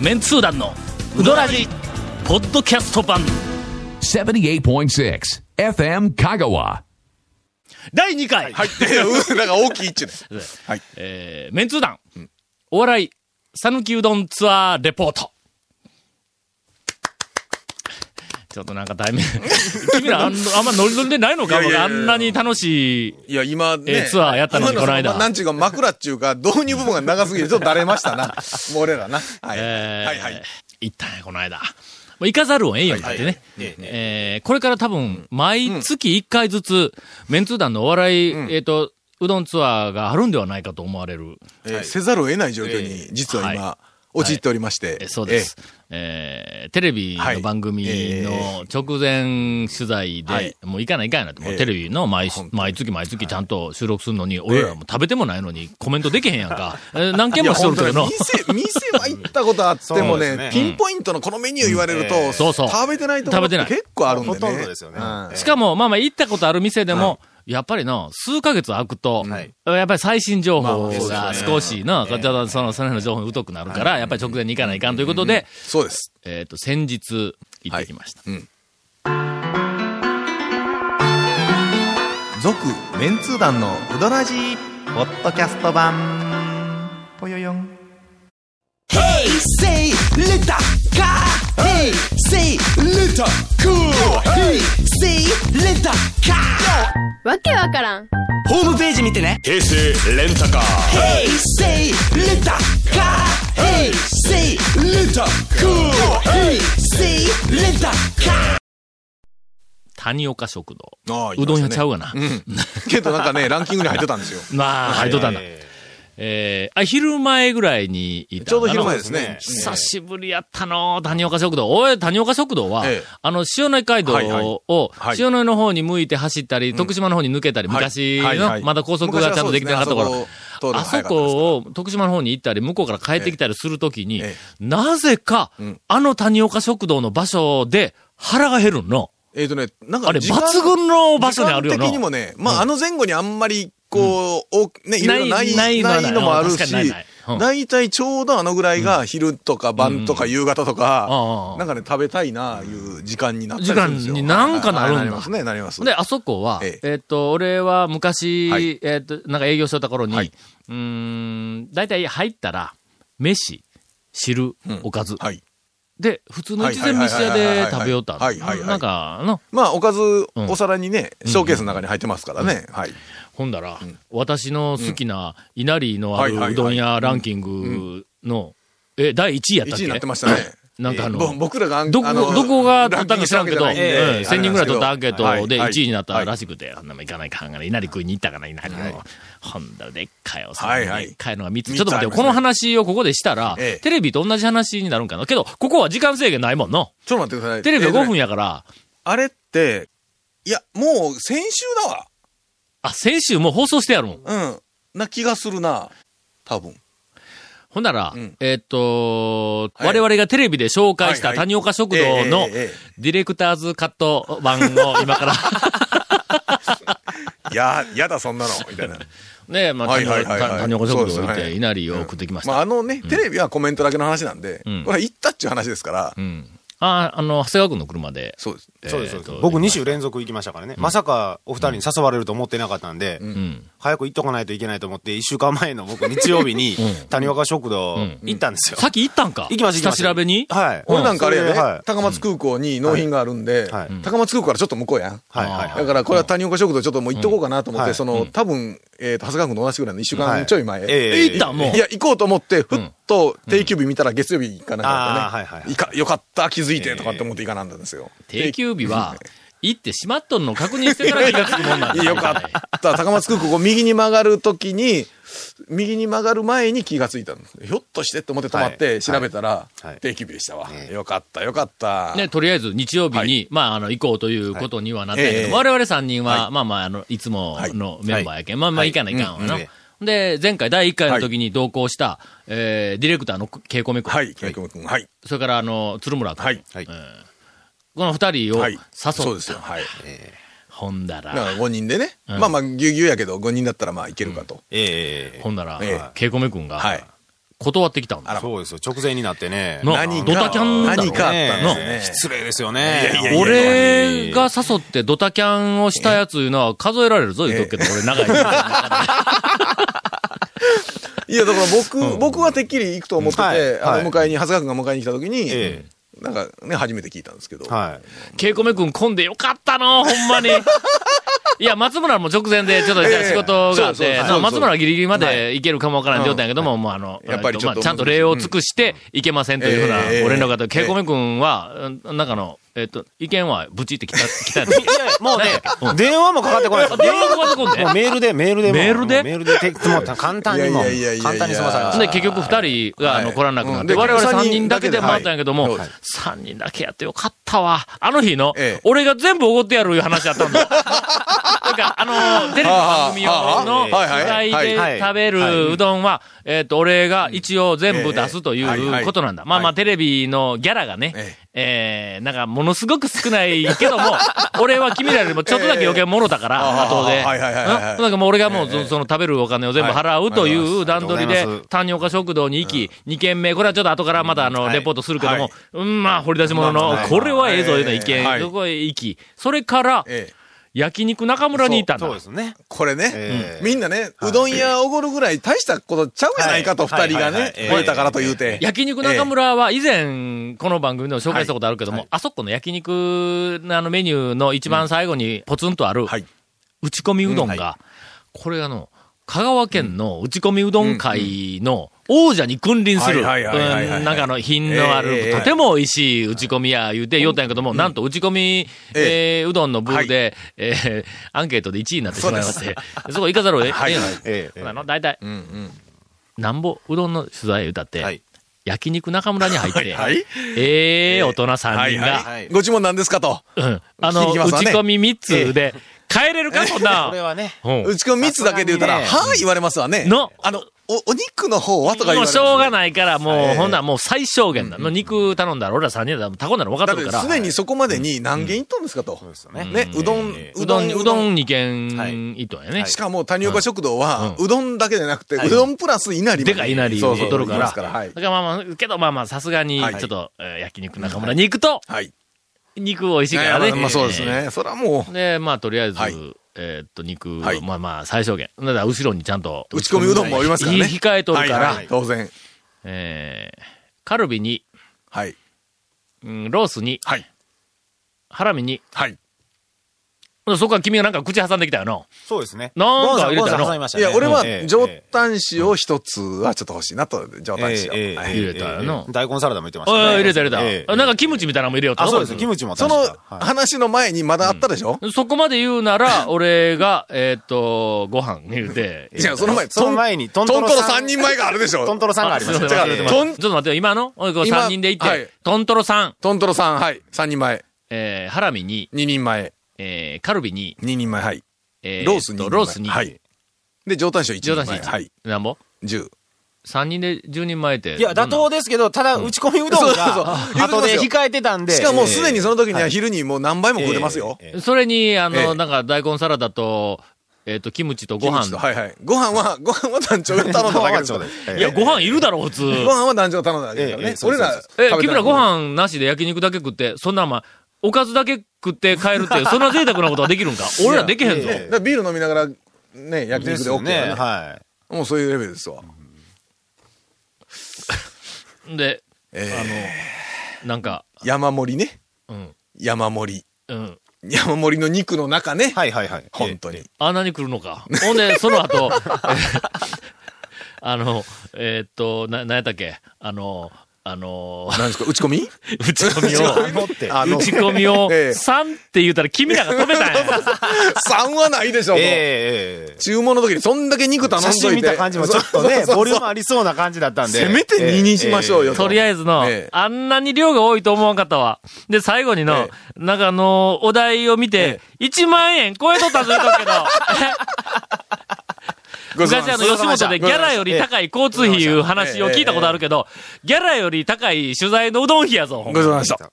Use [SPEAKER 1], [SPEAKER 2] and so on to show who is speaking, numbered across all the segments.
[SPEAKER 1] メンツー団のウドラジポッドキャスト版
[SPEAKER 2] 78.6 FM Kagawa.
[SPEAKER 1] 第2回、
[SPEAKER 3] はい。で、うん なんか大きい一致です。はい。
[SPEAKER 1] えーメンツー団、お笑い讃岐うどんツアーレポートちょっとなんか 題名君らあんあんまノリノリでないのか
[SPEAKER 3] いやいやいや
[SPEAKER 1] あんなに楽しい
[SPEAKER 3] いや、今
[SPEAKER 1] え
[SPEAKER 3] ね。
[SPEAKER 1] えツアーやったのに
[SPEAKER 3] 今
[SPEAKER 1] この間
[SPEAKER 3] まなんちゅうか、枕っちゅうか、導入部分が長すぎて、ちょっとだれましたな。もう俺らな。はい。
[SPEAKER 1] えー
[SPEAKER 3] はいはい。
[SPEAKER 1] 行ったね、この間。もう行かざるをえんようになって
[SPEAKER 3] は
[SPEAKER 1] ね
[SPEAKER 3] いはいえ。え
[SPEAKER 1] えーこれから多分、毎月1回ずつ、メンツー団のお笑い、えっと、うどんツアーがあるんではないかと思われる。
[SPEAKER 3] えーせざるを得ない状況
[SPEAKER 1] ええ
[SPEAKER 3] に、実は
[SPEAKER 1] は
[SPEAKER 3] 今、陥っておりまして。
[SPEAKER 1] えそうです。えーテレビの番組の直前取材で、
[SPEAKER 3] はい
[SPEAKER 1] もう行かない行かないなと、もう
[SPEAKER 3] ええ
[SPEAKER 1] テレビの毎,、
[SPEAKER 3] 本当に
[SPEAKER 1] 毎月毎月ちゃんと収録するのに、俺らも食べてもないのにコメントできへんやんか。え ー何
[SPEAKER 3] い
[SPEAKER 1] 件
[SPEAKER 3] や、
[SPEAKER 1] もしと
[SPEAKER 3] 本
[SPEAKER 1] るけ
[SPEAKER 3] 当
[SPEAKER 1] ど
[SPEAKER 3] に
[SPEAKER 1] の。
[SPEAKER 3] 店、店は行ったことあっても
[SPEAKER 4] そうです
[SPEAKER 3] ね
[SPEAKER 4] ね、
[SPEAKER 3] ピンポイントのこのメニュー言われると、
[SPEAKER 1] そうそう
[SPEAKER 3] 食べてないところっ
[SPEAKER 1] 食べてな
[SPEAKER 3] て
[SPEAKER 1] い
[SPEAKER 3] 結構あるんでね。
[SPEAKER 4] ほとんどですよね
[SPEAKER 3] うん
[SPEAKER 1] しかも、まあまあ、行ったことある店でも、やっぱりの、数ヶ月空くと、やっぱり最新情報が少しな、ちょっとその、その辺の情報に疎くなるから、やっぱり直前に行かないかんということで、
[SPEAKER 3] そうです。
[SPEAKER 1] えっと、先日、行ってきました。
[SPEAKER 3] 続、メンツー団のうどらじ
[SPEAKER 4] ポッドキャスト版ぽよよん
[SPEAKER 5] Say little car. Hey, say little cool. Hey, say little car.
[SPEAKER 6] わけわからん
[SPEAKER 5] ホームページ見てね。
[SPEAKER 7] 平成レンタカー
[SPEAKER 5] Hey, say little car. Hey, say little cool. Hey, say little car.
[SPEAKER 1] 谷岡食堂。
[SPEAKER 3] ああ
[SPEAKER 1] うどん屋ちゃうわ
[SPEAKER 3] わ。
[SPEAKER 1] な。
[SPEAKER 3] けどなんかね、ランキングに入ってたんですよ。
[SPEAKER 1] まあ、入っとったんだ。えー、あ、昼前ぐらいに行った。
[SPEAKER 3] ちょうど昼前ですすね。
[SPEAKER 1] 久しぶりやったの、谷岡食堂。おい、谷岡食堂は、
[SPEAKER 3] ええ
[SPEAKER 1] あの、塩野街道を、
[SPEAKER 3] はいはいはい
[SPEAKER 1] 塩野の方に向いて走ったり、徳島の方に抜けたり、
[SPEAKER 3] はい
[SPEAKER 1] 昔の、
[SPEAKER 3] はいはい
[SPEAKER 1] まだ高速がちゃんとできてなかった
[SPEAKER 3] 昔は
[SPEAKER 1] 頃。
[SPEAKER 3] そうですね
[SPEAKER 1] あ
[SPEAKER 3] あそ
[SPEAKER 1] そ
[SPEAKER 3] こ通るの早かったですから
[SPEAKER 1] こを徳島の方に行ったり、向こうから帰ってきたりするときに、
[SPEAKER 3] え
[SPEAKER 1] なぜか、あの谷岡食堂の場所で腹が減るの。
[SPEAKER 3] えっ、とね、なんか
[SPEAKER 1] あれ、
[SPEAKER 3] 時間
[SPEAKER 1] 抜群の場所にあるよ
[SPEAKER 3] 時間
[SPEAKER 1] な。
[SPEAKER 3] 的にもね、まあ、あの前後にあんまり、こう、多くね、いろいろない、
[SPEAKER 1] ないない
[SPEAKER 3] ないのもある
[SPEAKER 1] 確
[SPEAKER 3] し
[SPEAKER 1] かにないないうん、
[SPEAKER 3] 大体ちょうどあのぐらいが昼とか晩とか夕
[SPEAKER 1] う
[SPEAKER 3] 方と
[SPEAKER 1] んうん
[SPEAKER 3] か
[SPEAKER 1] う、ん
[SPEAKER 3] なんかね、食べたいな、いう時間になったりするんですよ。
[SPEAKER 1] 時間になんかなるんだ
[SPEAKER 3] はいなりますね、なります。
[SPEAKER 1] で、あそこは、え
[SPEAKER 3] え
[SPEAKER 1] っと、俺は昔、
[SPEAKER 3] はい
[SPEAKER 1] えっと、なんか営業しとった頃に、
[SPEAKER 3] はいう
[SPEAKER 1] ーん、大体入ったら、飯、汁、
[SPEAKER 3] うん
[SPEAKER 1] おかず。
[SPEAKER 3] はい。
[SPEAKER 1] で、普通の一膳飯屋で食べようった。
[SPEAKER 3] はいはいはいはいはいはいはいはい
[SPEAKER 1] なんか、あの、
[SPEAKER 3] まあ、おかず、
[SPEAKER 1] ん
[SPEAKER 3] お皿にね、ショーケースの中に入ってますからね。はい。
[SPEAKER 1] ほんだら、私の好きな稲荷のある
[SPEAKER 3] はいはいはいう
[SPEAKER 1] どん屋ランキングの、え、第1位やったっ
[SPEAKER 3] 1
[SPEAKER 1] け
[SPEAKER 3] 位になってましたね。
[SPEAKER 1] なんかあの、
[SPEAKER 3] ぼ僕らがあん、
[SPEAKER 1] どこ、
[SPEAKER 3] あの
[SPEAKER 1] どこが取ったか知らんけど、
[SPEAKER 3] ランキングした
[SPEAKER 1] う
[SPEAKER 3] わ
[SPEAKER 1] ん
[SPEAKER 3] じゃ
[SPEAKER 1] 1000
[SPEAKER 3] ないんで
[SPEAKER 1] 人ぐらい取ったアンケートで
[SPEAKER 3] はい
[SPEAKER 1] 1位になったらしくて、あんなもん行かないかんがな、稲荷食いに行ったかな、稲荷を。ほんだらでっかいお皿
[SPEAKER 3] はいは
[SPEAKER 1] で
[SPEAKER 3] い
[SPEAKER 1] っかいのが3つ。
[SPEAKER 3] 三つ
[SPEAKER 1] ちょっと待ってよ、
[SPEAKER 3] あります
[SPEAKER 1] こ
[SPEAKER 3] ね
[SPEAKER 1] の話をここでしたら
[SPEAKER 3] え、え
[SPEAKER 1] テレビと同じ話になるんかな。けど、ここは時間制限ないもんの。
[SPEAKER 3] ちょっと待ってください。
[SPEAKER 1] テレビは
[SPEAKER 3] えーとね
[SPEAKER 1] 5分やから、
[SPEAKER 3] あれって、いや、もう先週だわ。
[SPEAKER 1] あ、先週もう放送してやるもん。
[SPEAKER 3] うん。な気がするな。多分。
[SPEAKER 1] ほんなら
[SPEAKER 3] うん、
[SPEAKER 1] えーっと、
[SPEAKER 3] はい
[SPEAKER 1] 我々がテレビで紹介し
[SPEAKER 3] は
[SPEAKER 1] た
[SPEAKER 3] いはい
[SPEAKER 1] 谷岡食堂の
[SPEAKER 3] えええええ
[SPEAKER 1] ディレクターズカット版を今から、
[SPEAKER 3] いや、やだ、そんなの。みた いな。
[SPEAKER 1] ね、まあ、
[SPEAKER 3] はい
[SPEAKER 1] 谷
[SPEAKER 3] はいはいはい
[SPEAKER 1] 岡谷岡食堂
[SPEAKER 3] そ
[SPEAKER 1] 行
[SPEAKER 3] うで
[SPEAKER 1] っ
[SPEAKER 3] す
[SPEAKER 1] て、
[SPEAKER 3] ね
[SPEAKER 1] 稲荷を食ってきました
[SPEAKER 3] ま。あ、あのね、テレビはコメントだけの話なんで、
[SPEAKER 1] うん
[SPEAKER 3] これ行ったっちゅう話ですから、
[SPEAKER 1] うん。ああ、あの、長谷川君の車で。
[SPEAKER 3] そうです。
[SPEAKER 4] そうです、そうです
[SPEAKER 1] えーと
[SPEAKER 4] 僕2週連続行きましたからね、まさかお二人に誘われると思ってなかったんで、
[SPEAKER 1] うん。
[SPEAKER 4] 早く行っとかないといけないと思って、1週間前の僕、日曜日に、谷岡食堂
[SPEAKER 1] ん
[SPEAKER 4] 行ったんですよ。
[SPEAKER 1] さっき行ったんか
[SPEAKER 4] 行きました、行きま
[SPEAKER 1] 下
[SPEAKER 4] した
[SPEAKER 1] 調べに
[SPEAKER 4] はい。
[SPEAKER 3] 俺なんかあれやで、
[SPEAKER 4] そではい。
[SPEAKER 3] 高松空港に納品があるんで、
[SPEAKER 4] はいはい
[SPEAKER 3] 高松空港からちょっと向こうやん。
[SPEAKER 4] はいはいはい
[SPEAKER 3] だから、これは谷岡食堂ちょっともう行っとこうかなと思って、
[SPEAKER 4] うんはい
[SPEAKER 3] その、多分、えっ、と、長谷川君と同じぐらいの1週間ちょい前。
[SPEAKER 4] はいえ
[SPEAKER 1] え
[SPEAKER 4] え
[SPEAKER 1] 行ったもう
[SPEAKER 3] いや、行こうと思って、ふっと定休日見たら月曜日行かなかった
[SPEAKER 4] あーは
[SPEAKER 3] ね。
[SPEAKER 4] いはいはい
[SPEAKER 3] かよかった、気づいて、とかって思って行かなんだんですよ。
[SPEAKER 1] 定休日は、行ってしまっとんの確認してから気がつくもんなんだ
[SPEAKER 3] いや よかった。高松空港、こう右に曲がるときに、右に曲がる前に気がついたんです。ひょっとしてと思って止まっ
[SPEAKER 4] は
[SPEAKER 3] て
[SPEAKER 4] い
[SPEAKER 3] 調べたら
[SPEAKER 4] はい、
[SPEAKER 3] 定休日でしたわ。
[SPEAKER 4] ね
[SPEAKER 3] よかった、よかった。
[SPEAKER 1] ね、とりあえず日曜日に、
[SPEAKER 3] はい
[SPEAKER 1] まあ、あの、行こうということにはなったけど、
[SPEAKER 3] はいええ
[SPEAKER 1] 我々3人は、まあまあ、あの、いつものメンバーやけん、まあまあ、行かないかんわな。
[SPEAKER 4] うんえ
[SPEAKER 1] で、前回第1回の時に同行した、えー、ディレクターの稽古目君、
[SPEAKER 3] はい、ケイコム君。はい。
[SPEAKER 1] それからあの、鶴村君、
[SPEAKER 3] はい
[SPEAKER 4] はい
[SPEAKER 1] この二人を
[SPEAKER 3] は
[SPEAKER 1] 誘っ
[SPEAKER 3] い。
[SPEAKER 1] た。
[SPEAKER 3] そうですよ。はい。
[SPEAKER 1] ほんだ、
[SPEAKER 3] だからら5人でね。
[SPEAKER 1] うん
[SPEAKER 3] まあまあ、ぎゅうぎゅうやけど、5人だったらまあいけるかと。
[SPEAKER 4] ええ
[SPEAKER 1] ほんなら
[SPEAKER 3] ええ、
[SPEAKER 1] 稽古目君が、
[SPEAKER 3] はい。
[SPEAKER 1] 断ってきたんだ。
[SPEAKER 4] そうですよ。直前になってね。
[SPEAKER 1] な
[SPEAKER 3] 何
[SPEAKER 1] ドタキャンだろ
[SPEAKER 3] 何かあったんですよ
[SPEAKER 4] ね
[SPEAKER 3] ね。
[SPEAKER 4] 失礼ですよね。
[SPEAKER 3] いやいやいや
[SPEAKER 1] 俺が誘ってドタキャンをしたやついうのは数えられるぞ、言うとくけど、俺長いから。
[SPEAKER 3] いや、だから僕、僕はてっきり行くと思ってて、
[SPEAKER 4] はい
[SPEAKER 3] あ
[SPEAKER 4] はい
[SPEAKER 3] の、迎えに、長谷川君が迎えに来た時に、
[SPEAKER 4] え
[SPEAKER 3] なんかね、初めて聞いたんですけど、
[SPEAKER 4] はい。
[SPEAKER 1] ケイコメ君混んでよかったの、ほんま に。いや、松村も直前で、ちょっと
[SPEAKER 3] ええ
[SPEAKER 1] 仕事があっ
[SPEAKER 3] そうそう
[SPEAKER 1] て、
[SPEAKER 3] はい
[SPEAKER 1] な松村はギリギリまで行けるかもわからん状態やけども、もうあの、
[SPEAKER 3] やっぱり
[SPEAKER 1] え
[SPEAKER 3] ち
[SPEAKER 1] と
[SPEAKER 3] ょっ
[SPEAKER 1] ま
[SPEAKER 3] と
[SPEAKER 1] あちゃんと礼を尽くして行けませんというふうな
[SPEAKER 3] ええ
[SPEAKER 1] ご連絡があって、
[SPEAKER 3] え
[SPEAKER 1] ケ
[SPEAKER 3] え
[SPEAKER 1] イコメ君は、うんなんかの、えっと、意見はブチって来た、来 たんです
[SPEAKER 4] いやいやもうね
[SPEAKER 1] う、
[SPEAKER 4] 電話もかかってこないです。
[SPEAKER 1] 電話かかってこんで
[SPEAKER 4] もうメールで、メールでもう。
[SPEAKER 1] メールで
[SPEAKER 4] もうメールでテもう簡単にもう
[SPEAKER 3] いやいやいやいやいや。
[SPEAKER 4] 簡単に済まされまし
[SPEAKER 1] で、
[SPEAKER 4] た
[SPEAKER 1] 結局二人が、あの、
[SPEAKER 3] はい
[SPEAKER 1] 来らなくなって、
[SPEAKER 3] うん
[SPEAKER 1] 我々
[SPEAKER 3] で
[SPEAKER 1] 三人だけで回ったんやけど
[SPEAKER 3] は
[SPEAKER 1] も
[SPEAKER 3] いはい、
[SPEAKER 1] 三人だけやってよかったわ。あの日の
[SPEAKER 3] ええ、
[SPEAKER 1] 俺が全部おごってやるいう話やったん だ。なんか、あの、テレビの番組用の、
[SPEAKER 3] はあはあはあはいはい
[SPEAKER 1] 取材で食べるうどんは、えっと、俺が一応全部出すということなんだ。
[SPEAKER 3] ええ
[SPEAKER 1] まあまあ、
[SPEAKER 3] はい
[SPEAKER 1] テレビのギャラがね、え
[SPEAKER 3] え
[SPEAKER 1] ー、なんか、ものすごく少ないけども、 俺は君らよりもちょっとだけ余計もろだから、
[SPEAKER 3] あ
[SPEAKER 1] 後で。
[SPEAKER 3] はいはいはいはいはい
[SPEAKER 1] うんなんかもう俺がもう、そその食べるお金を全部払うという段取り
[SPEAKER 4] ありが
[SPEAKER 1] で
[SPEAKER 4] とうございま、す
[SPEAKER 1] 谷岡食堂に行き、2軒目、これはちょっと後からまたあの、レポートするけども、うん、まあ、掘り出し物の
[SPEAKER 4] まあま、あ
[SPEAKER 1] これはええぞ、いうような意
[SPEAKER 3] ええは
[SPEAKER 1] 見、
[SPEAKER 3] い
[SPEAKER 1] そこへ行き、それから、
[SPEAKER 3] ええ
[SPEAKER 1] 焼肉中村にいたんだ
[SPEAKER 4] そう。ですね。
[SPEAKER 3] これね、
[SPEAKER 4] ええ
[SPEAKER 3] みんなね、うどん屋おごるぐらい大したことちゃうやないかと、
[SPEAKER 4] は
[SPEAKER 3] 二
[SPEAKER 4] い
[SPEAKER 3] 人が
[SPEAKER 4] はいはい
[SPEAKER 3] ね
[SPEAKER 4] はい、
[SPEAKER 3] 超えたからと言うて。
[SPEAKER 1] 焼肉中村は以前、この番組でも紹介したことあるけども、あそこの焼肉のあのメニューの一番最後にポツンとある、
[SPEAKER 3] はい
[SPEAKER 1] 打ち込みうどん
[SPEAKER 3] うん
[SPEAKER 1] が、これあの、香川県の打ち込みうどん会の王者に君臨する、うん
[SPEAKER 3] はいはいはいはいはい
[SPEAKER 1] なんかあの品のあ
[SPEAKER 3] えええ
[SPEAKER 1] る、
[SPEAKER 3] え
[SPEAKER 1] とても美味しい打ち込みや言うて言うたんやけども、なんと打ち込み、えーうどんの部で、えー アンケートで1位になってしまいまして、そこ行かざるを得ない。
[SPEAKER 4] ええ
[SPEAKER 1] あの、大体、
[SPEAKER 3] ん
[SPEAKER 1] なんぼうどんの取材歌って、
[SPEAKER 4] はい
[SPEAKER 1] 焼肉中村に入って、
[SPEAKER 3] はいはい
[SPEAKER 1] ええ大人3人が、
[SPEAKER 3] はい
[SPEAKER 4] は
[SPEAKER 3] はいい。ご注文なんですかと。
[SPEAKER 1] うん、あ
[SPEAKER 3] 聞
[SPEAKER 1] の、
[SPEAKER 3] いてき
[SPEAKER 1] 打
[SPEAKER 3] ますわ
[SPEAKER 1] ち
[SPEAKER 3] ね
[SPEAKER 1] 込み3つで、帰れるか、そんな
[SPEAKER 4] これ。はね。
[SPEAKER 1] うん
[SPEAKER 3] うちくん3つだけで言うたら、
[SPEAKER 4] さすが
[SPEAKER 3] はぁ言われますわね。
[SPEAKER 1] の
[SPEAKER 3] あの、お、お肉の方はとか言
[SPEAKER 1] も
[SPEAKER 3] わ
[SPEAKER 1] う
[SPEAKER 3] れま
[SPEAKER 1] し
[SPEAKER 3] す
[SPEAKER 1] ょうが
[SPEAKER 3] い。
[SPEAKER 1] ないから、もう、
[SPEAKER 3] ええ
[SPEAKER 1] ほんならもう最小限だ。の肉頼んだら、俺ら3人だら、タコなら分か
[SPEAKER 3] だ
[SPEAKER 1] っ
[SPEAKER 3] って
[SPEAKER 1] る
[SPEAKER 3] て、
[SPEAKER 1] から。
[SPEAKER 3] すでにそこまでに何軒行ったんですかと。
[SPEAKER 4] ですよね
[SPEAKER 3] ね、うどん、
[SPEAKER 1] うどん、うどん2
[SPEAKER 4] は
[SPEAKER 1] 軒いとんやね。
[SPEAKER 3] しかも、谷岡食堂は、
[SPEAKER 1] うん
[SPEAKER 3] うどんだけじゃなくて、うどんプラスいなりま
[SPEAKER 1] でかいなり
[SPEAKER 3] そうそう、
[SPEAKER 1] 取るか
[SPEAKER 3] いま
[SPEAKER 1] ら。
[SPEAKER 3] すから。はい
[SPEAKER 1] だか。らまあまあ、けどまあまあ、さすがに、ちょ
[SPEAKER 3] はい
[SPEAKER 1] っと、えー焼肉中村に行くと、
[SPEAKER 3] はい。
[SPEAKER 1] 肉美味しいから
[SPEAKER 3] ま
[SPEAKER 1] ね。
[SPEAKER 3] あまあ、そうですね。それはもう、
[SPEAKER 1] で、まあ、とりあえず、
[SPEAKER 3] はい
[SPEAKER 1] えーっと、肉、
[SPEAKER 3] はい
[SPEAKER 1] まあまあ、最小限。だから、後ろにちゃんと。
[SPEAKER 3] 打ち込みうどんもありますからね。
[SPEAKER 1] いい控えとるから、
[SPEAKER 3] はいはい当然。
[SPEAKER 1] えー、カルビに、
[SPEAKER 3] はい。
[SPEAKER 1] うんロースに、
[SPEAKER 3] はい。
[SPEAKER 1] ハラミに、
[SPEAKER 3] はい。
[SPEAKER 1] そこから君がなんか口挟んできたよな。
[SPEAKER 4] そうですね。
[SPEAKER 1] なんか入れたの
[SPEAKER 4] ゴンさんゴンさん挟みました
[SPEAKER 3] い
[SPEAKER 4] ね
[SPEAKER 3] や、俺は
[SPEAKER 4] ええ、
[SPEAKER 3] 上タン塩を一つはちょっと欲しいなと、上タン塩。
[SPEAKER 4] ええ
[SPEAKER 3] はい
[SPEAKER 4] ええ
[SPEAKER 1] 入れたよな
[SPEAKER 4] ええ大根サラダも入れてまし
[SPEAKER 1] あ
[SPEAKER 4] たね。
[SPEAKER 1] あ、入れた入れた、
[SPEAKER 4] ええ
[SPEAKER 1] あなんかキムチみたいなのも入れようと
[SPEAKER 4] あ、
[SPEAKER 1] 思
[SPEAKER 4] そう
[SPEAKER 1] っ
[SPEAKER 4] で
[SPEAKER 1] て
[SPEAKER 4] す。キムチも
[SPEAKER 3] そ
[SPEAKER 4] 出
[SPEAKER 3] の
[SPEAKER 4] したはい
[SPEAKER 3] 話の前にまだあったでしょ
[SPEAKER 1] そこまで言うなら、 俺が、えーっと、ご飯言うて。
[SPEAKER 3] じゃあ、その前、
[SPEAKER 4] その前に
[SPEAKER 3] トン
[SPEAKER 4] トン
[SPEAKER 3] ト
[SPEAKER 4] ト
[SPEAKER 3] ロ
[SPEAKER 4] ロ
[SPEAKER 3] 3人前があるでしょ
[SPEAKER 4] トントロさんがありました
[SPEAKER 1] すいません
[SPEAKER 4] ええ
[SPEAKER 1] ち
[SPEAKER 3] ト
[SPEAKER 1] ょっ
[SPEAKER 3] ン
[SPEAKER 1] と待ってよ、今の、俺こう
[SPEAKER 3] 今
[SPEAKER 1] 3人で行って、
[SPEAKER 3] はい
[SPEAKER 1] トントロ3、
[SPEAKER 3] トントロさん、はい。3人前。
[SPEAKER 1] えー、ハラミに、
[SPEAKER 3] 2人前。
[SPEAKER 1] えー、カルビに、
[SPEAKER 3] 2人前、はい。
[SPEAKER 1] え
[SPEAKER 3] ロー
[SPEAKER 1] え
[SPEAKER 3] スに。
[SPEAKER 1] とロースに、
[SPEAKER 3] はい。で、上タン塩
[SPEAKER 1] 上
[SPEAKER 3] 1人
[SPEAKER 1] 段
[SPEAKER 3] 前。
[SPEAKER 1] に、
[SPEAKER 3] はい。
[SPEAKER 1] なんぼ
[SPEAKER 3] 10。
[SPEAKER 1] 3人で10人前って。
[SPEAKER 4] いや、妥当ですけど、ただ、打ち込みうど
[SPEAKER 3] そ
[SPEAKER 4] ん
[SPEAKER 3] うそうそう
[SPEAKER 4] が、
[SPEAKER 3] 言うときま
[SPEAKER 4] 後
[SPEAKER 3] す
[SPEAKER 4] で
[SPEAKER 3] よ
[SPEAKER 4] 控えてたんで。
[SPEAKER 3] しかも、すでに
[SPEAKER 4] え
[SPEAKER 3] その時には昼にもう何杯も食うてますよ。
[SPEAKER 4] ええ
[SPEAKER 1] どん
[SPEAKER 4] え
[SPEAKER 1] なんそれに、あの、
[SPEAKER 3] ええ
[SPEAKER 1] なんか大根サラダと、えっ、と、キムチとご
[SPEAKER 3] キム
[SPEAKER 1] 飯
[SPEAKER 3] チと。はいはい。ご飯は、 ご飯は団長が頼んだだけです
[SPEAKER 4] ご飯は団長で
[SPEAKER 1] いや、ご飯いるだろ、普通。
[SPEAKER 3] ご飯は団長が頼んだだけだから
[SPEAKER 4] えええ
[SPEAKER 3] ね
[SPEAKER 4] え。そう
[SPEAKER 3] 俺
[SPEAKER 4] そうそう
[SPEAKER 3] ら食べ
[SPEAKER 1] え
[SPEAKER 3] てない、
[SPEAKER 1] 君らご飯なしで焼肉だけ食って、そんなお前、おかずだけ食って帰るって、 そんな贅沢なことはできるんか俺らできへんぞ。
[SPEAKER 4] いやい
[SPEAKER 3] だからビール飲みながら、ね、焼
[SPEAKER 4] で
[SPEAKER 3] 肉
[SPEAKER 4] す
[SPEAKER 3] で
[SPEAKER 4] よ
[SPEAKER 3] OK
[SPEAKER 4] ね。
[SPEAKER 3] だね。
[SPEAKER 4] はい。
[SPEAKER 3] もうそういうレベルですわ。
[SPEAKER 1] で、
[SPEAKER 3] え
[SPEAKER 1] なんか、
[SPEAKER 3] ー山盛りね。
[SPEAKER 1] うん、
[SPEAKER 3] 山盛り。
[SPEAKER 1] うん。
[SPEAKER 3] 山盛りの肉の中ね。
[SPEAKER 4] はいはいはい。
[SPEAKER 3] 本当に。
[SPEAKER 1] あんなに来るのか。ほんで、その後、 あの、えーっと、な、なんやったっけあの、あ の、
[SPEAKER 3] 何ですか打ち込み
[SPEAKER 1] 打ち込みを、
[SPEAKER 4] 持って。
[SPEAKER 3] あの、、
[SPEAKER 1] 打ち込みを
[SPEAKER 3] ええ
[SPEAKER 1] 3って言うたら君らが止めたんや。
[SPEAKER 3] 3はないでしょ、もう
[SPEAKER 4] えええ
[SPEAKER 3] 注文の時にそんだけ肉
[SPEAKER 4] え
[SPEAKER 3] 頼んど
[SPEAKER 4] 写
[SPEAKER 3] いて。
[SPEAKER 4] 真見た感じもちょっと
[SPEAKER 3] そ
[SPEAKER 4] ね、
[SPEAKER 3] うそうそう
[SPEAKER 4] ボリュームありそうな感じだったんで。
[SPEAKER 3] せめて
[SPEAKER 4] ええ
[SPEAKER 3] 2にしましょうよ。
[SPEAKER 1] とりあえずの、
[SPEAKER 3] ええ
[SPEAKER 1] あんなに量が多いと思わんかったわ。で、最後にの、
[SPEAKER 3] え
[SPEAKER 1] なんかあのお題を見て、1万円超えとったぞ言うとくけど、
[SPEAKER 3] ごちそう
[SPEAKER 1] 昔あ
[SPEAKER 3] さま
[SPEAKER 1] の、
[SPEAKER 3] で
[SPEAKER 1] 吉本でギャラより高い交通費いう話を聞いたことあるけど、ギャラより高い取材のうどん費やぞ。
[SPEAKER 3] ごちそうさまでした。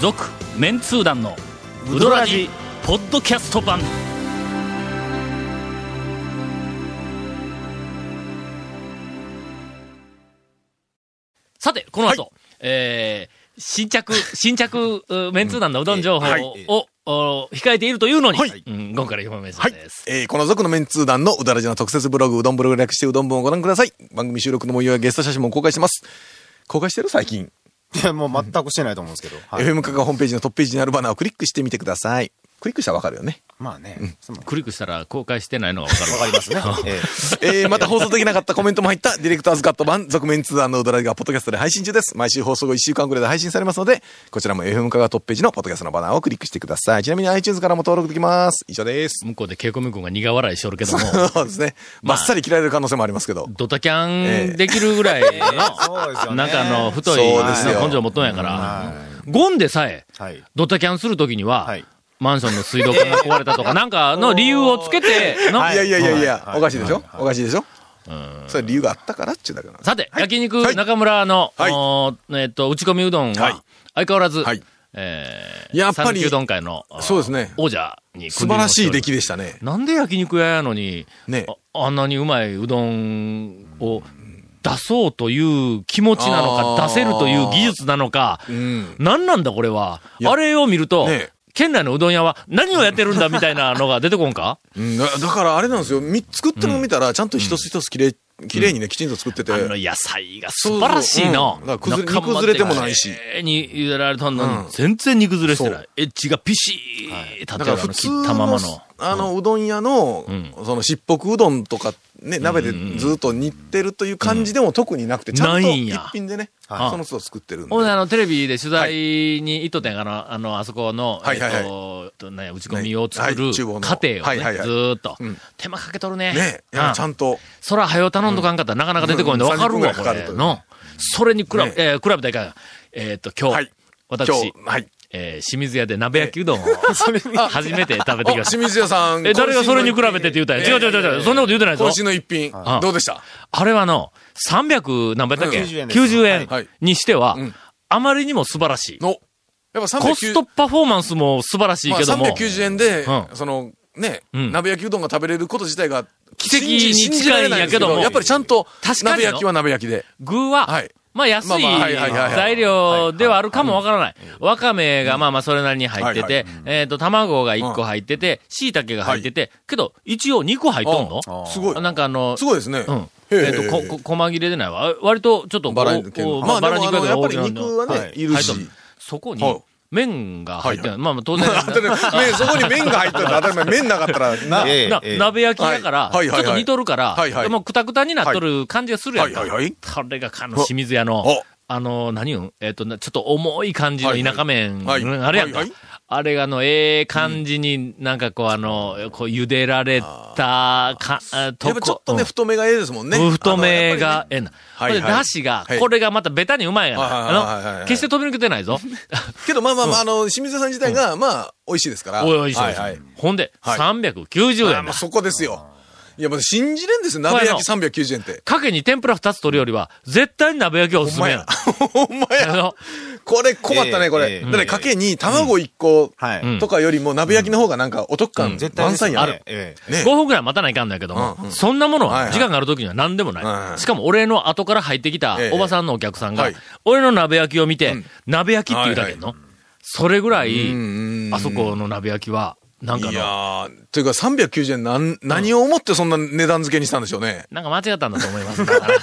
[SPEAKER 1] 続、メンツー団の、ウドラジ、ポッドキャスト版。この後、えー、新着、 新着、うメンツー団のうどん情報を、
[SPEAKER 3] はい
[SPEAKER 1] お控えているというのに、
[SPEAKER 3] はい
[SPEAKER 1] うん、今回の表明
[SPEAKER 3] はい
[SPEAKER 1] です。。
[SPEAKER 3] えー、この続のメンツー団のうだらじの特設ブログ、うどんブログ略してうどん文をご覧ください。番組収録の模様やゲスト写真も公開してます。公開してる最近。
[SPEAKER 4] いや、もう全くしてないと思うんです けど。はい
[SPEAKER 3] FM カカホームページのトップページにあるバナーをクリックしてみてください。クリックしたらわかるよ ね。
[SPEAKER 4] まあね。その
[SPEAKER 1] クリックしたら公開してないのがわかるわ。
[SPEAKER 4] わかります ね。え
[SPEAKER 3] えー、また放送できなかったコメントも入ったディレクターズカット版、続面通談のうどらじがポッドキャストで配信中です。毎週放送後1週間くらいで配信されますので、こちらも FM カがトップページのポッドキャストのバナーをクリックしてください。ちなみに iTunes からも登録できます。以上です。
[SPEAKER 1] 向こうでケイコミ君が苦笑いしとるけ ども、
[SPEAKER 3] そうですね。ばっさり切られる可能性もありますけど。
[SPEAKER 1] ドタキャンできるぐら いの、
[SPEAKER 4] そうですよね。
[SPEAKER 1] なんかあの、太い
[SPEAKER 3] そうですよ
[SPEAKER 1] 根性を持っとんやから、ゴンでさえ、
[SPEAKER 4] はい。
[SPEAKER 1] ドタキャンするときには、
[SPEAKER 4] はい
[SPEAKER 1] マンションの水道管が壊れた とか、なんかの理由をつけて、の
[SPEAKER 3] いやいやいやいや、
[SPEAKER 4] はい
[SPEAKER 3] おかしいでしょ、おかしいでしょそれは理由があったからっていうだけなんです。
[SPEAKER 1] さて、焼
[SPEAKER 3] は
[SPEAKER 1] 肉
[SPEAKER 3] い
[SPEAKER 1] 中村の、
[SPEAKER 3] はい
[SPEAKER 1] おーえっと、打ち込みうどん
[SPEAKER 3] はい
[SPEAKER 1] は、相変わらず、
[SPEAKER 3] はい
[SPEAKER 1] えー、
[SPEAKER 3] やっぱり
[SPEAKER 1] 讃岐うどん界の、あー
[SPEAKER 3] そうですね
[SPEAKER 1] 王者に
[SPEAKER 3] 素晴らしい出来
[SPEAKER 1] で。
[SPEAKER 3] でしたね。
[SPEAKER 1] なんで焼肉屋やのに、
[SPEAKER 3] ね
[SPEAKER 1] あ、あんなにうまいうどんを出そうという気持ちなのか、
[SPEAKER 3] あー
[SPEAKER 1] 出せるという技術なのか、
[SPEAKER 3] ん
[SPEAKER 1] 何なんだこれは。
[SPEAKER 3] いや
[SPEAKER 1] あれを見ると
[SPEAKER 3] ね、
[SPEAKER 1] 県内のうどん屋は何をやってるんだみたいなのが出てこんか
[SPEAKER 3] うんだだからあれなんですよ、み作ってるの見たら、ちゃんと一つ一つきれい、きれいにね、きちんと作ってて。
[SPEAKER 1] あの野菜が素晴らしいの。
[SPEAKER 3] そうそううんだから崩れ
[SPEAKER 1] 中ま
[SPEAKER 3] 煮崩れてもないし
[SPEAKER 1] 綺麗に茹でられたの
[SPEAKER 3] う
[SPEAKER 1] に、
[SPEAKER 3] ん
[SPEAKER 1] 全然煮崩れしてな
[SPEAKER 3] そ
[SPEAKER 1] い。エッジがピシー立ってる
[SPEAKER 3] だから
[SPEAKER 1] あ
[SPEAKER 3] 普
[SPEAKER 1] の
[SPEAKER 3] 通
[SPEAKER 1] 切
[SPEAKER 3] の
[SPEAKER 1] ったままの。
[SPEAKER 3] あのうどん屋の、
[SPEAKER 1] ん
[SPEAKER 3] そのしっぽくうどんとかね鍋でずっと煮てるという感じでも特になくて、ちゃん
[SPEAKER 1] な
[SPEAKER 3] と
[SPEAKER 1] いん
[SPEAKER 3] 一
[SPEAKER 1] や
[SPEAKER 3] 品でね、
[SPEAKER 1] はい
[SPEAKER 3] その都度作ってるんで
[SPEAKER 1] ほんで、あの、テレビで取材に行っとったんやから、あの、あそこの、
[SPEAKER 3] はいはい
[SPEAKER 1] え
[SPEAKER 3] はい
[SPEAKER 1] っとえっと、ね、打ち込みを作
[SPEAKER 3] は
[SPEAKER 1] る
[SPEAKER 3] い厨房の
[SPEAKER 1] 過程をね、
[SPEAKER 3] はいはいはい
[SPEAKER 1] ずーっと
[SPEAKER 3] うん。
[SPEAKER 1] 手間かけとるね。
[SPEAKER 3] ね
[SPEAKER 1] う
[SPEAKER 3] いやちゃんと
[SPEAKER 1] そら、早う頼んとかんかったら、なかなか出てこないんで、
[SPEAKER 3] うん
[SPEAKER 1] わかる
[SPEAKER 3] 30分ぐら
[SPEAKER 1] わ、
[SPEAKER 3] い
[SPEAKER 1] こ
[SPEAKER 3] かかる
[SPEAKER 1] れ。
[SPEAKER 3] という
[SPEAKER 1] の。それに比べ、
[SPEAKER 3] ね
[SPEAKER 1] えー比べたらいかん。えーっと、今日、
[SPEAKER 3] はい
[SPEAKER 1] 私、
[SPEAKER 3] 今日はい
[SPEAKER 1] えー清水屋で鍋焼きうどんを、 初めて食べてきま
[SPEAKER 3] あ
[SPEAKER 1] した
[SPEAKER 3] 清。水屋さん
[SPEAKER 1] え、誰がそれに比べてって言うたんや。違う違う違う違う、そんなこと言うてないぞ
[SPEAKER 3] 今。週の一品、
[SPEAKER 1] はい
[SPEAKER 3] どうでした
[SPEAKER 1] あれはの、300何倍だっけ
[SPEAKER 4] うん90円です
[SPEAKER 1] 90
[SPEAKER 3] は
[SPEAKER 1] 円
[SPEAKER 3] い
[SPEAKER 1] にしては
[SPEAKER 3] うん、
[SPEAKER 1] あまりにも素晴らしい。
[SPEAKER 3] のやっぱ390
[SPEAKER 1] コストパフォーマンスも素晴らしい
[SPEAKER 3] まあ、
[SPEAKER 1] けども、
[SPEAKER 3] 390円で、
[SPEAKER 1] うん
[SPEAKER 3] そのね、
[SPEAKER 1] うん
[SPEAKER 3] 鍋焼きうどんが食べれること自体が
[SPEAKER 1] 奇跡に
[SPEAKER 3] 信じられないです
[SPEAKER 1] 近いんやけども
[SPEAKER 3] やっぱりちゃんと
[SPEAKER 1] 確かに
[SPEAKER 3] 鍋焼きは鍋焼きで。
[SPEAKER 1] 具は、
[SPEAKER 3] はい
[SPEAKER 1] まあ安
[SPEAKER 3] まあ
[SPEAKER 1] い
[SPEAKER 3] まあはいはいはいはい
[SPEAKER 1] 材料ではあるかもわからない。わかめがまあまあそれなりに入って
[SPEAKER 3] は
[SPEAKER 1] て、えっと、卵が1個入ってて、椎茸が入ってて、けど一応2個入っとんの
[SPEAKER 3] あすごい。
[SPEAKER 1] なんかあの、
[SPEAKER 3] すごいですね。
[SPEAKER 1] うん。
[SPEAKER 3] へ
[SPEAKER 1] えっ、と、こ、こ、細切れでないわ。あ割と、ちょっとこう、
[SPEAKER 3] バラ肉系
[SPEAKER 1] こ
[SPEAKER 3] の
[SPEAKER 1] う
[SPEAKER 3] まあ
[SPEAKER 1] バラ肉
[SPEAKER 3] でもあの
[SPEAKER 1] や
[SPEAKER 3] や
[SPEAKER 1] っ
[SPEAKER 3] っ
[SPEAKER 1] ぱ
[SPEAKER 3] ぱ
[SPEAKER 1] り
[SPEAKER 3] り
[SPEAKER 1] 肉
[SPEAKER 3] 肉
[SPEAKER 1] は
[SPEAKER 3] は
[SPEAKER 1] ね
[SPEAKER 3] ね
[SPEAKER 1] い
[SPEAKER 3] い
[SPEAKER 1] る
[SPEAKER 3] る
[SPEAKER 1] し
[SPEAKER 3] し。
[SPEAKER 1] 入っとそこ
[SPEAKER 3] は
[SPEAKER 1] に
[SPEAKER 3] い、
[SPEAKER 1] 麺が入ってない。
[SPEAKER 3] は
[SPEAKER 1] まあまあ、当然。
[SPEAKER 3] 当たり前麺そこに麺が入っ たら当たり前。麺なかったら、な。
[SPEAKER 4] ええ
[SPEAKER 1] な
[SPEAKER 4] ええ
[SPEAKER 1] 鍋焼きだから、
[SPEAKER 3] はいはい
[SPEAKER 1] ちょ
[SPEAKER 3] はい
[SPEAKER 1] っと煮とるから、
[SPEAKER 3] はいはい
[SPEAKER 1] でもくたくたになっとる感じがするやんか。
[SPEAKER 3] はいはいはい
[SPEAKER 1] これが、あの、清水屋の
[SPEAKER 3] お、
[SPEAKER 1] あの、何を、えっ、と、なちょっと重い感じの田舎麺、
[SPEAKER 3] はいはいはい
[SPEAKER 1] あれやんか。
[SPEAKER 3] はいはい
[SPEAKER 1] あれが、あの、ええ感じになんかこう、あの、こう、茹でられたか、あと
[SPEAKER 3] やっぱちょっとね、
[SPEAKER 1] うん
[SPEAKER 3] 太めがええですもんね。
[SPEAKER 1] 太めが、ええな。こ
[SPEAKER 3] はいは
[SPEAKER 1] れ、
[SPEAKER 3] い
[SPEAKER 1] だしが
[SPEAKER 3] は、い
[SPEAKER 1] これがまたベタにうまいや
[SPEAKER 3] はいはいはいはい
[SPEAKER 1] な。あ
[SPEAKER 3] は
[SPEAKER 1] の、
[SPEAKER 3] い
[SPEAKER 1] 決して飛び抜けてないぞ。
[SPEAKER 3] けど、まあまあまあ、あの、清水屋さん自体が、まあ、美味しいですから。
[SPEAKER 1] おいおいしょ
[SPEAKER 3] はいはい。
[SPEAKER 1] ほんで、
[SPEAKER 3] はい
[SPEAKER 1] 390
[SPEAKER 3] あ
[SPEAKER 1] 円
[SPEAKER 3] も
[SPEAKER 1] だ
[SPEAKER 3] う。そこですよ。いや、もう信じれんですよ。鍋焼き390円って。
[SPEAKER 1] かけに天ぷら2つ取るよりは、絶対に鍋焼きがおす
[SPEAKER 3] ほん
[SPEAKER 1] すめ
[SPEAKER 3] ま
[SPEAKER 1] や
[SPEAKER 3] や
[SPEAKER 1] な。。
[SPEAKER 3] ほんま
[SPEAKER 1] あ
[SPEAKER 3] や。
[SPEAKER 1] の、
[SPEAKER 3] これ困った
[SPEAKER 4] ええ
[SPEAKER 3] ね、こ
[SPEAKER 4] え
[SPEAKER 3] れ。
[SPEAKER 4] え
[SPEAKER 3] だって、かけに卵1個
[SPEAKER 4] はい。
[SPEAKER 1] ん
[SPEAKER 3] とかよりも鍋焼きの方がなんかお得感
[SPEAKER 4] 絶対
[SPEAKER 3] 満載や
[SPEAKER 4] です
[SPEAKER 3] ね
[SPEAKER 4] ね。ええ
[SPEAKER 1] 5
[SPEAKER 3] ね。
[SPEAKER 1] 分くらい待たないかんだけども、
[SPEAKER 3] うんうん
[SPEAKER 1] そんなもの
[SPEAKER 3] はい
[SPEAKER 1] は
[SPEAKER 3] はい
[SPEAKER 1] 時間がある時には何でもない。
[SPEAKER 3] はいはい
[SPEAKER 1] しかも俺の後から入ってきた
[SPEAKER 3] ええ
[SPEAKER 1] おばさんのお客さんが、
[SPEAKER 3] はい
[SPEAKER 1] 俺の鍋焼きを見て、鍋焼きって言うだけやんの、それぐらい、
[SPEAKER 3] ん
[SPEAKER 1] あそこの鍋焼きは、なんか
[SPEAKER 3] い
[SPEAKER 1] の、
[SPEAKER 3] やー、というか390円なん、何を思ってそんな値段付けにしたんでしょうね。
[SPEAKER 1] なんか間違ったんだと思います。だ から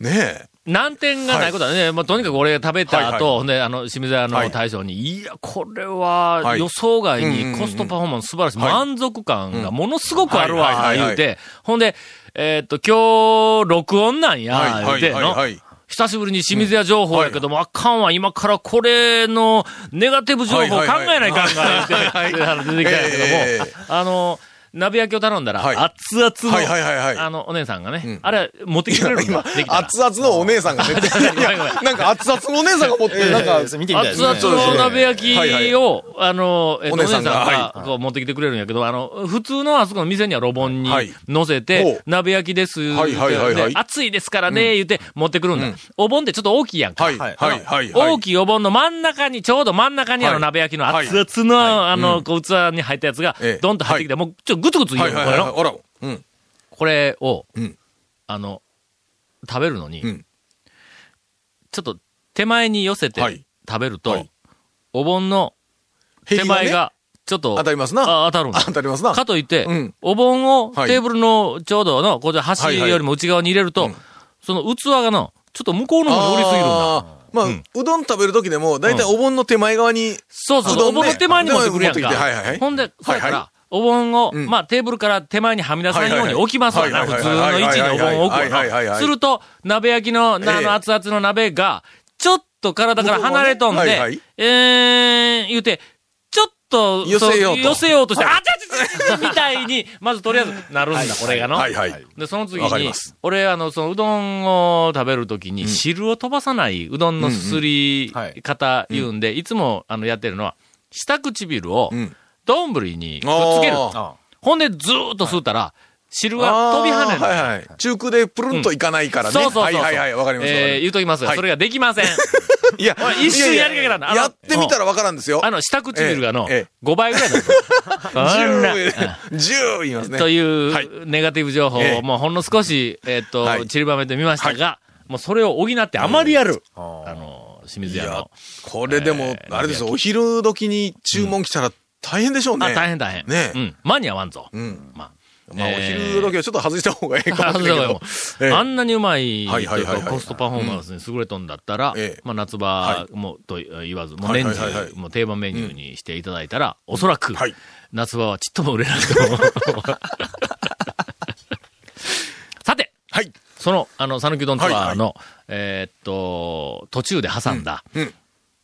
[SPEAKER 3] ねえ。
[SPEAKER 1] 難点がないことはね、まあ、とにかく俺が食べた後、
[SPEAKER 3] はいはい
[SPEAKER 1] ほんで、あの、清水屋
[SPEAKER 3] は
[SPEAKER 1] の
[SPEAKER 3] い
[SPEAKER 1] 大将に、い、や、これは
[SPEAKER 3] はい
[SPEAKER 1] 予想外
[SPEAKER 3] うんうん
[SPEAKER 1] に
[SPEAKER 3] うん
[SPEAKER 1] コストパフォーマンス素晴らしい。
[SPEAKER 3] はい
[SPEAKER 1] 満足感がものすごくあるわ、
[SPEAKER 3] うんはいはいはい
[SPEAKER 1] 言
[SPEAKER 3] は
[SPEAKER 1] う
[SPEAKER 3] い
[SPEAKER 1] て。ほんで、えーっと、今日、録音なんや、言
[SPEAKER 3] は
[SPEAKER 1] う
[SPEAKER 3] い
[SPEAKER 1] て
[SPEAKER 3] はい
[SPEAKER 1] の
[SPEAKER 3] はいはい。
[SPEAKER 1] 久しぶりに清水屋情報やけども、あかんわ、今からこれのネガティブ情報考
[SPEAKER 3] はいはいはい
[SPEAKER 1] えないかんが、言うて、あの出てきたんやけ
[SPEAKER 3] え
[SPEAKER 1] ども、あの、鍋焼きを頼んだら、
[SPEAKER 3] はい
[SPEAKER 1] 熱々の、
[SPEAKER 3] はいはいはいはい
[SPEAKER 1] あの、お姉さんがね、あれ、持ってきてくれるんだ。
[SPEAKER 3] 今
[SPEAKER 1] でき、たら
[SPEAKER 3] 熱々のお姉さんがね。
[SPEAKER 1] ご めんごめん
[SPEAKER 3] なんか熱々のお姉さんが持ってる、なんか、
[SPEAKER 4] ええ見てみたいで
[SPEAKER 1] 熱
[SPEAKER 4] すね。
[SPEAKER 1] 々の鍋焼きを、
[SPEAKER 3] はいはい
[SPEAKER 1] あの、えっと、お
[SPEAKER 3] お
[SPEAKER 1] 姉
[SPEAKER 3] 姉
[SPEAKER 1] さ
[SPEAKER 3] さ
[SPEAKER 1] ん
[SPEAKER 3] ん
[SPEAKER 1] が
[SPEAKER 3] が
[SPEAKER 1] こう持ってきてくれるんやけど、あの、普通のあそこの店にはロボンに
[SPEAKER 3] はい
[SPEAKER 1] 乗せ
[SPEAKER 3] ほ
[SPEAKER 1] て
[SPEAKER 3] う、
[SPEAKER 1] 鍋焼きです。
[SPEAKER 3] はいはいはいはい
[SPEAKER 1] で熱いですからね、言って持ってくるんだ。お盆ってちょっと大きいやんか。
[SPEAKER 3] はいはいはいはい。
[SPEAKER 1] 大きいお盆の真ん中に、ちょうど真ん中にあ
[SPEAKER 3] は
[SPEAKER 1] の
[SPEAKER 3] い
[SPEAKER 1] 鍋焼きの
[SPEAKER 3] はい
[SPEAKER 1] 熱々の、あの、こう器に入ったやつが
[SPEAKER 3] ええ、
[SPEAKER 1] ドンと入ってきて、もうちょっとグツグツ言
[SPEAKER 3] は
[SPEAKER 1] う
[SPEAKER 3] い
[SPEAKER 1] の、
[SPEAKER 3] はい
[SPEAKER 1] こ
[SPEAKER 3] は
[SPEAKER 1] れ
[SPEAKER 3] い。
[SPEAKER 1] の。
[SPEAKER 3] あら。うん。
[SPEAKER 1] これを
[SPEAKER 3] うん、
[SPEAKER 1] あの、食べるの
[SPEAKER 3] う
[SPEAKER 1] に
[SPEAKER 3] ん、
[SPEAKER 1] ちょっと手前に寄せて
[SPEAKER 3] はい
[SPEAKER 1] 食べると、
[SPEAKER 3] はい
[SPEAKER 1] お盆の
[SPEAKER 3] へり
[SPEAKER 1] 手
[SPEAKER 3] ね
[SPEAKER 1] 前が、ちょっと、
[SPEAKER 3] 当たりますな
[SPEAKER 1] あ当たるんだ
[SPEAKER 3] 当たりますな
[SPEAKER 1] かといって、
[SPEAKER 3] うん
[SPEAKER 1] お盆を
[SPEAKER 3] はい
[SPEAKER 1] テーブルのちょうどの、こうじゃ端
[SPEAKER 3] はいはい
[SPEAKER 1] よりも内側に入れると、
[SPEAKER 3] うん
[SPEAKER 1] その器がの、ちょっと向こうの方に折りすぎるんだ。
[SPEAKER 3] あーまあ、うどん食べる時でも、大体お盆の手前側に、
[SPEAKER 1] そうそうそ
[SPEAKER 3] う
[SPEAKER 1] う、
[SPEAKER 3] ど
[SPEAKER 1] お
[SPEAKER 3] んね
[SPEAKER 1] 盆の手前に持ってくるやんか。
[SPEAKER 3] 持ってきてはいはいはい
[SPEAKER 1] ほんで、そうやから、
[SPEAKER 3] はいは
[SPEAKER 1] お盆を、
[SPEAKER 3] うん
[SPEAKER 1] まあテーブルから手前にはみ出さないように置きますわな、
[SPEAKER 3] はいはい
[SPEAKER 1] 普
[SPEAKER 3] はい
[SPEAKER 1] 通の位置にお盆を置く
[SPEAKER 3] はいはいはいは
[SPEAKER 1] わな。
[SPEAKER 3] いはいはいはいはい
[SPEAKER 1] すると、鍋焼きの、なあ
[SPEAKER 3] ええ
[SPEAKER 1] の熱々の鍋が、ちょっと体から離れとんで、
[SPEAKER 3] 向こうはねはいはい
[SPEAKER 1] えー、言うて、ちょっと、
[SPEAKER 3] 寄せようと
[SPEAKER 1] そ寄せようとして、あちゃちゃちゃちゃみたいに、まずとりあえずなるんだ、これがの。
[SPEAKER 3] はいはい。
[SPEAKER 1] で、その次
[SPEAKER 3] わかり
[SPEAKER 1] に
[SPEAKER 3] ます、
[SPEAKER 1] 俺、あの、その、うどんを食べるときに、汁を飛ばさないうどんのすすり
[SPEAKER 4] はい
[SPEAKER 1] 方言うんで、いつも、あの、やってるのは、下唇を
[SPEAKER 3] ん、
[SPEAKER 1] どんぶりにくっつける。
[SPEAKER 3] あー
[SPEAKER 4] あ
[SPEAKER 1] ほんで、ずーっと吸ったら、汁が飛び跳ね
[SPEAKER 3] あーはい
[SPEAKER 1] る。
[SPEAKER 3] はい。中空でプルンといかないからね。
[SPEAKER 1] そうそうそうそう。
[SPEAKER 3] はいはいはい。わかります。わか
[SPEAKER 1] えー、
[SPEAKER 3] り
[SPEAKER 1] 言うときますが、
[SPEAKER 3] はい
[SPEAKER 1] それができません。
[SPEAKER 3] ますいや
[SPEAKER 1] おい一瞬やりかけたんだあの
[SPEAKER 3] やってみたらわからんですよ。
[SPEAKER 1] あの、下唇がの、
[SPEAKER 3] えええ
[SPEAKER 1] 5倍ぐらいだ ぞ。あんな
[SPEAKER 3] 10、10言いますね。
[SPEAKER 1] と
[SPEAKER 3] は
[SPEAKER 1] いう
[SPEAKER 3] い
[SPEAKER 1] ネガティブ情報
[SPEAKER 3] え
[SPEAKER 1] を
[SPEAKER 3] え
[SPEAKER 1] もうほんの少し、えっと
[SPEAKER 3] は、い
[SPEAKER 1] 散りばめてみましたが、もうそれを補ってあまりある、
[SPEAKER 4] あ
[SPEAKER 1] あの、清水
[SPEAKER 3] い
[SPEAKER 1] 屋
[SPEAKER 3] や
[SPEAKER 1] の。、
[SPEAKER 3] これでも、あれですよ、お昼時に注文来たら大変でしょうね。
[SPEAKER 1] あ、大変大変。
[SPEAKER 3] ね
[SPEAKER 1] うん。間に合わんぞ。
[SPEAKER 3] うん。
[SPEAKER 1] ま
[SPEAKER 3] まあ、お
[SPEAKER 1] えー
[SPEAKER 3] 昼時はちょっと外した方がええ
[SPEAKER 1] あ。。
[SPEAKER 3] かもしれないけどええ
[SPEAKER 1] あんなにうまい、と
[SPEAKER 3] はいいうはいはいはい
[SPEAKER 1] かコストパフォーマンスに優れとんだったら
[SPEAKER 3] ええ、
[SPEAKER 1] まあ夏場もと言わず、もう年
[SPEAKER 3] はいはいはいは
[SPEAKER 1] 中、
[SPEAKER 3] い
[SPEAKER 1] もう定番メニューにしていただいたら、おそらく
[SPEAKER 3] はい、
[SPEAKER 1] 夏場はちっとも売れないと 思う。さて、
[SPEAKER 3] はい。
[SPEAKER 1] その、あの、讃岐うどんタワーの、
[SPEAKER 3] は
[SPEAKER 1] えーっと、途中で挟んだ、
[SPEAKER 3] うんうん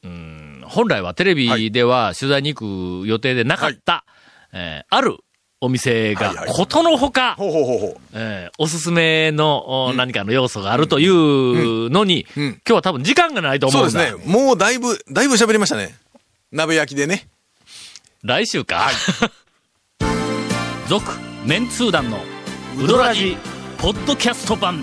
[SPEAKER 1] うん本来はテレビでは取材に行く予定でなかった、えーあるお店
[SPEAKER 3] はい
[SPEAKER 1] が
[SPEAKER 3] はい、
[SPEAKER 1] ことのほか、
[SPEAKER 3] ほうほうほうほう。
[SPEAKER 1] えーおすすめの、お何かの要素があるというのに、
[SPEAKER 3] んうん
[SPEAKER 1] 今日は多分時間がないと思
[SPEAKER 3] そううんで
[SPEAKER 1] だ。
[SPEAKER 3] すね。もうだいぶ、だいぶ喋りましたね。鍋焼きでね。
[SPEAKER 1] 来週か。 続、メンツー団のウドラジ、ポッドキャスト版。